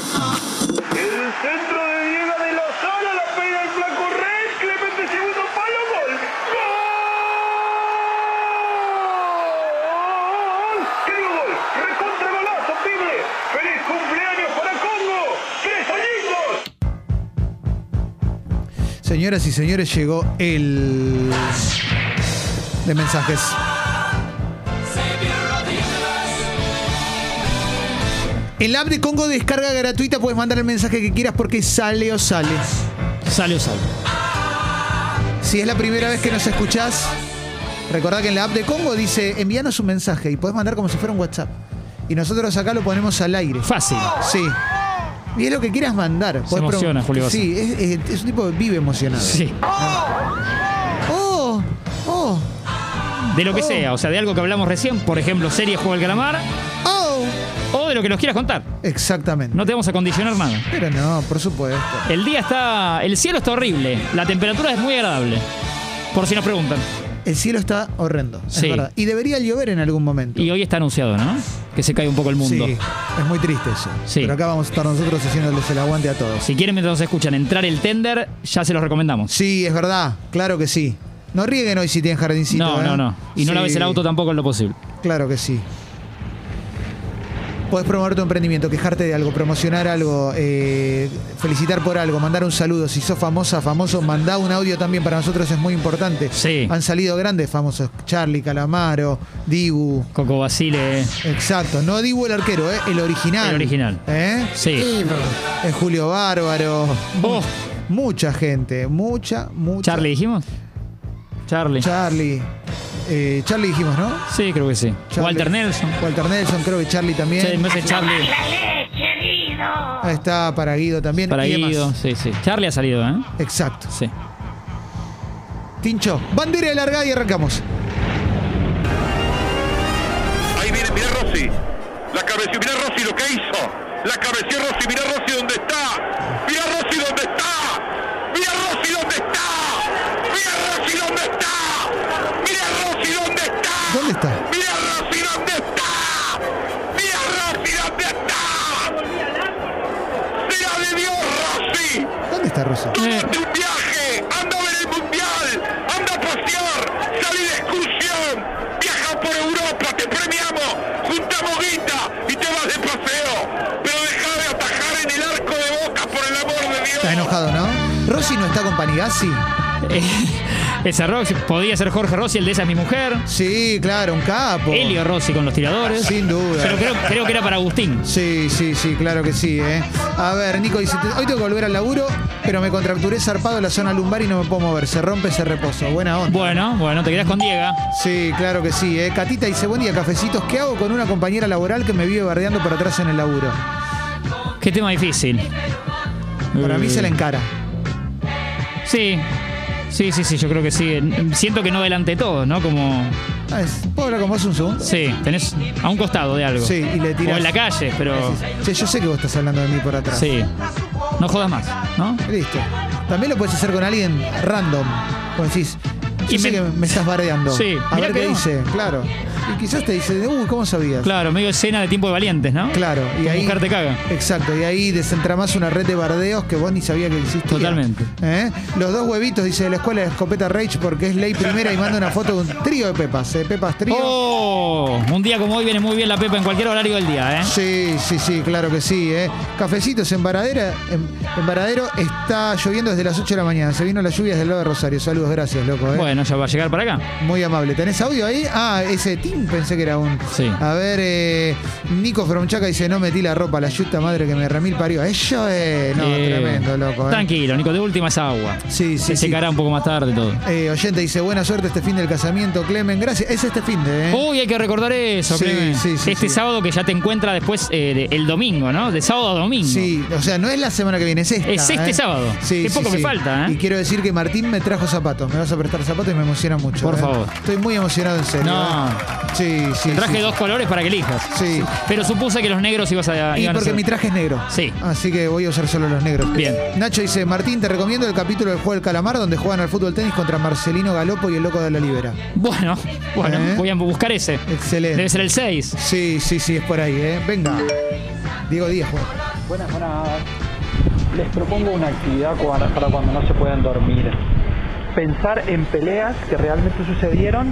El centro de Diego de Lozano, la pega el flaco Rey, Clemente segundo palo, gol. ¡Gol! ¡Qué lindo gol! ¡Recontra golazo, pibe! ¡Feliz cumpleaños para Congo! ¡Tres añitos! Señoras y señores, llegó el de mensajes. El app de Congo descarga gratuita, puedes mandar el mensaje que quieras porque sale o sale. Sale o sale. Si es la primera vez que nos escuchás, recordá que en la app de Congo dice envíanos un mensaje y podés mandar como si fuera un WhatsApp. Y nosotros acá lo ponemos al aire. Fácil. Sí. Y es lo que quieras mandar. Podés pregun- emociona, Julio Basso. Sí, es, es- es un tipo que vive emocionado. Sí. ¡Oh! ¡Oh! De lo que Oh. sea, o sea, de algo que hablamos recién, por ejemplo, serie Juego del Calamar, ¡Oh! o de lo que nos quieras contar. Exactamente. No te vamos a condicionar nada. Pero no, por supuesto. El día está. El cielo está horrible. La temperatura es muy agradable. Por si nos preguntan. El cielo está horrendo. es Sí. verdad. Y debería llover en algún momento. Y hoy está anunciado, ¿no? Que se cae un poco el mundo. Sí, es muy triste eso. Sí. Pero acá vamos a estar nosotros haciéndoles el aguante a todos. Si quieren, mientras nos escuchan, entrar el tender, ya se los recomendamos. Sí, es verdad, claro que sí. No rieguen hoy si tienen jardincito. no, ¿eh? no, no. Y no Sí, laves el auto tampoco en lo posible. Claro que sí. Puedes promover tu emprendimiento, quejarte de algo, promocionar algo, eh, felicitar por algo, mandar un saludo. Si sos famosa, famoso, mandá un audio también para nosotros, es muy importante. Sí. Han salido grandes famosos, Charlie, Calamaro, Dibu. Coco Basile. Exacto, no Dibu el arquero, ¿eh? el original. El original. ¿Eh? Sí. Es Julio Bárbaro. Oh. Mucha gente, mucha, mucha. Charlie, dijimos. Charlie. Charlie. Eh, Charlie dijimos, ¿no? Sí, creo que sí. Charlie. Walter Nelson. Walter Nelson, creo que Charlie también. Sí, me hace Charlie. Ahí está para Guido también. Para y demás. Guido. Sí, sí. Charlie ha salido, ¿eh? Exacto. Sí. Tincho, bandera larga y arrancamos. Ahí viene, mira Rossi. La cabeció, mira Rossi lo que hizo. La cabeció Rossi, mira Rossi dónde está. Mira Rossi dónde está. Mira Rossi dónde está. Mira Rossi dónde está. Mira Rossi dónde está. ¿Dónde está? Mira Rossi dónde está. Mira Rossi dónde está. Mira de Dios Rossi. ¿Dónde está Rosa? Tómate un viaje, anda a ver el mundial, anda a pasear, salí de excursión, viaja por Europa, te premiamos, juntamos guita y te vas de paseo. Pero deja de atajar en el arco de boca, por el amor de Dios. Está enojado, ¿no? Rossi no está con Panigasi. Eh, ese Rossi podía ser Jorge Rossi, el de esa es mi mujer. Sí, claro, un capo. Elio Rossi con los tiradores. Sin duda. Pero creo, creo que era para Agustín. Sí, sí, sí, claro que sí, ¿eh? A ver, Nico dice, hoy tengo que volver al laburo, pero me contracturé zarpado en la zona lumbar y no me puedo mover. Se rompe, se reposo. Buena onda. Bueno, bueno, te quedás con Diego. Sí, claro que sí. ¿eh? Catita dice, buen día, cafecitos. ¿Qué hago con una compañera laboral que me vive bardeando por atrás en el laburo? Qué tema difícil. Para mí Eh, se la encara. Sí. Sí, sí, sí, yo creo que sí. Siento que no delante de todo, ¿no? Como. Ah, es- ¿Puedo hablar con vos un segundo? Sí, tenés a un costado de algo. Sí, y le tirás. O en la calle, pero. Che, yo sé que vos estás hablando de mí por atrás. Sí. No jodas más, ¿no? Listo. También lo puedes hacer con alguien random. Como decís, yo Y sé me- que me estás bardeando. Sí, A mirá ver que qué no. dice, claro. Y quizás te dice, uy, ¿cómo sabías? Claro, medio escena de tiempo de valientes, ¿no? Claro, y Tu ahí. mujer te caga. Exacto, y ahí desentramás una red de bardeos que vos ni sabías que existía. Totalmente. ¿Eh? Los dos huevitos, dice de la escuela de escopeta Rage, porque es ley primera y manda una foto de un trío de pepas. ¿eh? Pepas trío. ¡Oh! Un día como hoy viene muy bien la Pepa en cualquier horario del día, ¿eh? Sí, sí, sí, claro que sí. ¿eh? Cafecitos en Varadera. En, en Varadero está lloviendo desde las 8 de la mañana. Se vino las lluvias del lado de Rosario. Saludos, gracias, loco. ¿eh? Bueno, ya va a llegar para acá. Muy amable. ¿Tenés audio ahí? Ah, ese Tim pensé que era un. Sí. A ver, eh, Nico Fromchaca dice: No metí la ropa, la yuta madre que me remil parió. Eso es. No, Eh, tremendo, loco. ¿eh? Tranquilo, Nico, de última es agua. Sí, sí, Se sí. secará un poco más tarde todo. Eh, oyente dice, buena suerte este fin del casamiento, Clemen. Gracias. Es este fin de, ¿eh? Uy, hay que recordar eso, Sí, Clemen. sí, sí, Este sí. sábado que ya te encuentra después eh, de- el domingo, ¿no? De sábado a domingo. Sí, o sea, no es la semana que viene, es esta. Es este ¿eh? sábado. Sí, Qué sí, poco que sí. falta, ¿eh? Y quiero decir que Martín me trajo zapatos. Me vas a prestar zapatos y me emociona mucho. Por ¿eh? favor. Estoy muy emocionado en serio. No. ¿eh? Sí, sí. Te traje sí. dos colores para que elijas. Sí. Pero supuse que los negros ibas a. Y iban a porque ser- mi traje es negro. Sí. Así que voy a usar solo los negros. Bien. Nacho dice, Martín, te recomiendo el capítulo del juego del calamar donde juegan al fútbol tenis contra Marcelino Galopo y el loco de la libera. Bueno, bueno, ¿Eh? voy a buscar ese. Excelente. Debe ser el 6. Sí, sí, sí, es por ahí, ¿eh? Venga. Diego Díaz, juega. Buenas, buenas. Les propongo una actividad cua- para cuando no se puedan dormir. Pensar en peleas que realmente sucedieron,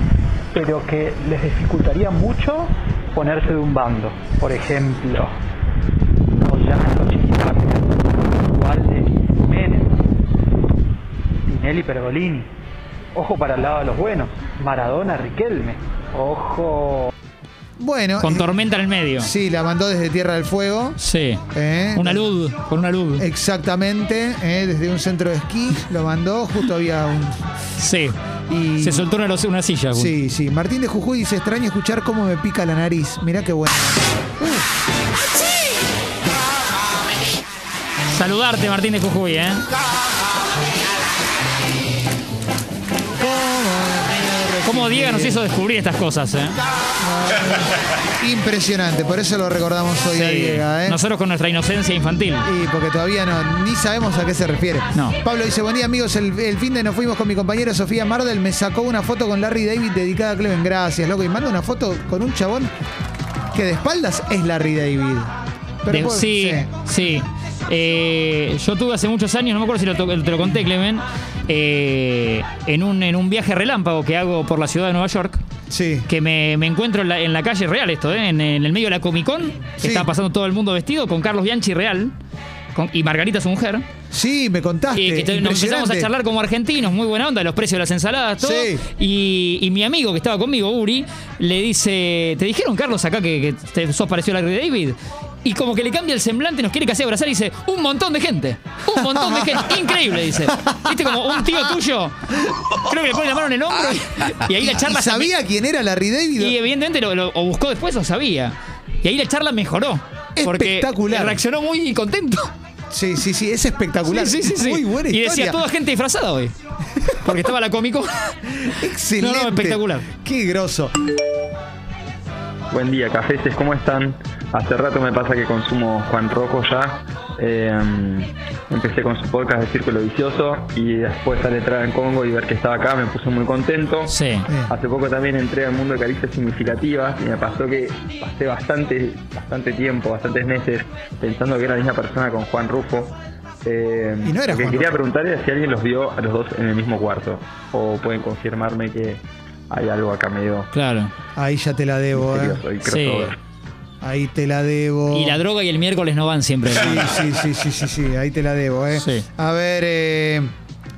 pero que les dificultaría mucho ponerse de un bando. Por ejemplo, Moyano, Chiquitapia, Dualde, Menem, Tinelli, Pergolini. Ojo para el lado de los buenos. Maradona, Riquelme. Ojo. Bueno. Con eh, tormenta en el medio. Sí, la mandó desde Tierra del Fuego. Sí. ¿eh? Una luz, con una luz. Exactamente, ¿eh? desde un centro de esquí lo mandó, justo había un... Sí. Y, Se soltó una, una silla. Gus. Sí, sí. Martín de Jujuy dice, extraño escuchar cómo me pica la nariz. Mirá qué bueno. Saludarte, Martín de Jujuy, ¿eh? Cómo Diego nos hizo descubrir estas cosas, ¿eh? Impresionante, por eso lo recordamos hoy a Sí. Diego, ¿eh? Nosotros con nuestra inocencia infantil. Y porque todavía no, ni sabemos a qué se refiere. No. Pablo dice, buen día amigos, el, el fin de nos fuimos con mi compañera Sofía Mardel, me sacó una foto con Larry David dedicada a Cleven, gracias, loco, y manda una foto con un chabón que de espaldas es Larry David. De- puedo- sí, sí. Eh, yo tuve hace muchos años, no me acuerdo si lo to- te lo conté, Clemen, eh, en, un, en un viaje relámpago que hago por la ciudad de Nueva York. sí. que me, me encuentro en la, en la calle real esto, ¿eh? en, en el medio de la Comic Con, que Sí. estaba pasando todo el mundo vestido, con Carlos Bianchi real con- y Margarita su mujer. Ah, Sí, me contaste. Y que te- nos empezamos a impresionante. charlar como argentinos, muy buena onda, los precios de las ensaladas, todo. Sí. Y, y mi amigo que estaba conmigo, Uri, le dice, ¿te dijeron, Carlos, acá que, que te, sos parecido a Larry David? Y como que le cambia el semblante, nos quiere casi abrazar y dice, un montón de gente, un montón de gente, increíble, dice. ¿Viste como un tío tuyo? Creo que le pone la mano en el hombro y, y ahí la charla ¿Y se- sabía quién era Larry David. y eh, evidentemente lo, lo- o buscó después o sabía. Y ahí la charla mejoró. Porque Espectacular. reaccionó muy contento. Sí, sí, sí, es espectacular. Sí, sí, sí, sí. Muy buena y historia. decía toda gente disfrazada hoy. Porque estaba la cómico. Excelente. No, no, espectacular. Qué groso. Buen día, cafeses, ¿cómo están? Hace rato me pasa que consumo Juan Rojo ya. Eh, empecé con su podcast de Círculo Vicioso y después al entrar en Congo y ver que estaba acá me puso muy contento. Sí. Hace poco también entré al mundo de caricias significativas y me pasó que pasé bastante, bastante tiempo, bastantes meses pensando que era la misma persona con Juan Rufo. Eh, Y no era lo que Juan quería Rufo. preguntar era si alguien los vio a los dos en el mismo cuarto o pueden confirmarme que hay algo acá medio Claro. Ahí ya te la debo, eh. misterioso y Sí. crossover. Ahí te la debo. Y la droga y el miércoles no van siempre. Oh. Sí, sí, sí, sí, sí, sí, ahí te la debo, eh. Sí. A ver, eh,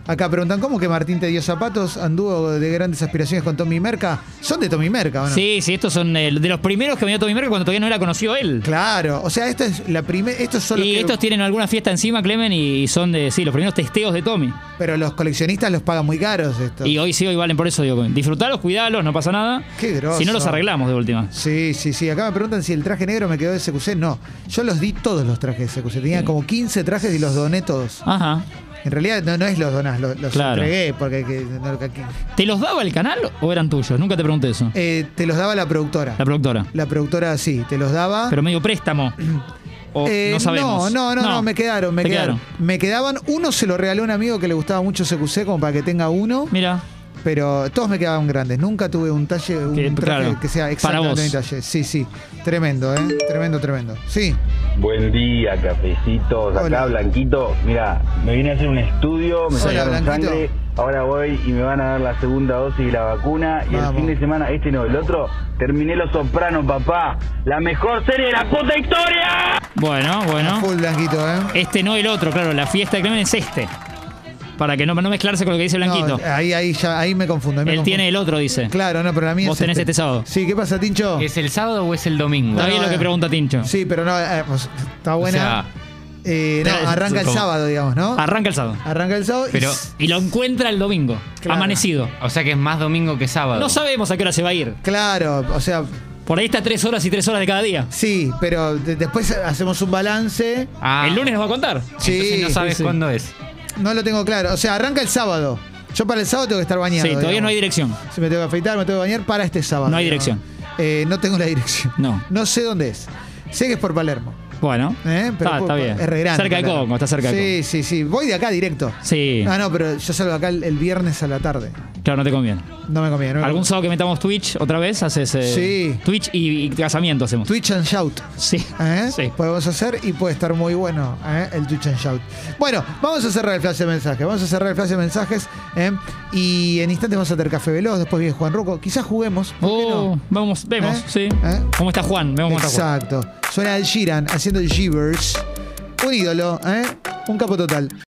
acá preguntan, ¿cómo que Martín te dio zapatos? Anduvo de grandes aspiraciones con Tommy Merca. Son de Tommy Merca, ¿o no? Sí, sí, estos son eh, de los primeros que me dio Tommy Merkel cuando todavía no era conocido él. Claro, o sea, esta es la primera, estos son los Y que- estos tienen alguna fiesta encima, Clemen, y son de, sí, los primeros testeos de Tommy. pero los coleccionistas los pagan muy caros estos. Y hoy sí, hoy valen por eso, digo, disfrutalos, cuidalos, no pasa nada. Qué groso. Si no los arreglamos de última. Sí, sí, sí. Acá me preguntan si el traje negro me quedó de CQC. No, yo los di todos los trajes de CQC. Tenía como 15 trajes y los doné todos. Ajá. En realidad no, no es los donás, los, los Claro. entregué porque que- no- que- ¿Te los daba el canal o eran tuyos? Nunca te pregunté eso. eh, te los daba la productora. La productora. La productora sí, te los daba. Pero medio préstamo. O Eh, no sabemos. No, no, no, no, me quedaron, me Te quedaron. Me quedaban, uno se lo regaló a un amigo que le gustaba mucho CQC como para que tenga uno, Mira, pero todos me quedaban grandes. Nunca tuve un talle, un Que- traje claro, que sea para exactamente vos. mi talle. Sí, sí. Tremendo, eh. Tremendo, tremendo. Sí. Buen día, cafecitos. Acá, Hola. Blanquito. Mira, me vine a hacer un estudio, me Hola, sacaron Blanquito. sangre. Ahora voy y me van a dar la segunda dosis de la vacuna. Y Vamos. el fin de semana, este no, el otro, terminé Los Sopranos, papá. La mejor serie de la puta historia. bueno, bueno. Full blanquito, eh. Este no el otro, claro, la fiesta de Clemen es este. Para que no, no mezclarse con lo que dice Blanquito. No, ahí, ahí, ya, ahí me confundo. ahí me Él confundo. tiene el otro, dice. Claro, no, pero la mía Vos es tenés este sábado. Sí, ¿qué pasa, Tincho? ¿Es el sábado o es el domingo? Está No, bien no, lo que no. pregunta Tincho. Sí, pero no, eh, pues, está buena. sea, Eh, no, pero- arranca el como- sábado, digamos, ¿no? Arranca el sábado. Arranca el sábado. y- Pero- Y lo encuentra el domingo. Claro. Amanecido. O sea que es más domingo que sábado. No sabemos a qué hora se va a ir. Claro, o sea, Por ahí está tres horas y tres horas de cada día. sí, pero de- después hacemos un balance. Ah, El lunes nos va a contar. entonces Sí, no sabes sí, sí. cuándo es. No lo tengo claro. O sea, arranca el sábado. Yo para el sábado tengo que estar bañado. sí, todavía digamos. no hay dirección. Si me tengo que afeitar, me tengo que bañar para este sábado. No hay digamos. dirección. Eh, no tengo la dirección. No. No sé dónde es. Sé que es por Palermo. Bueno. ¿eh? Pero está, por- está bien. Es re grande. Cerca de Palermo. Congo, está cerca Sí, de sí, sí. Voy de acá directo. Congo. Sí. Ah, no, pero yo salgo acá el, el viernes a la tarde. Claro, no te conviene. No me conviene. no me ¿Algún conviene. sábado que metamos Twitch otra vez? Haces eh, Sí. Twitch y, y casamiento hacemos. Twitch and Shout. Sí. ¿eh? Sí. Podemos hacer y puede estar muy bueno ¿eh? el Twitch and Shout. Bueno, vamos a cerrar el flash de mensajes. Vamos a cerrar el flash de mensajes. ¿eh? Y en instantes vamos a tener café veloz. Después viene Juan Roco. Quizás juguemos. ¿por qué Oh, no? Vamos, vemos, ¿Eh? sí. ¿Eh? ¿Cómo está Juan? Vemos cómo está Juan. Exacto. Suena el Giran haciendo el Givers. Un ídolo, ¿eh? Un capo total.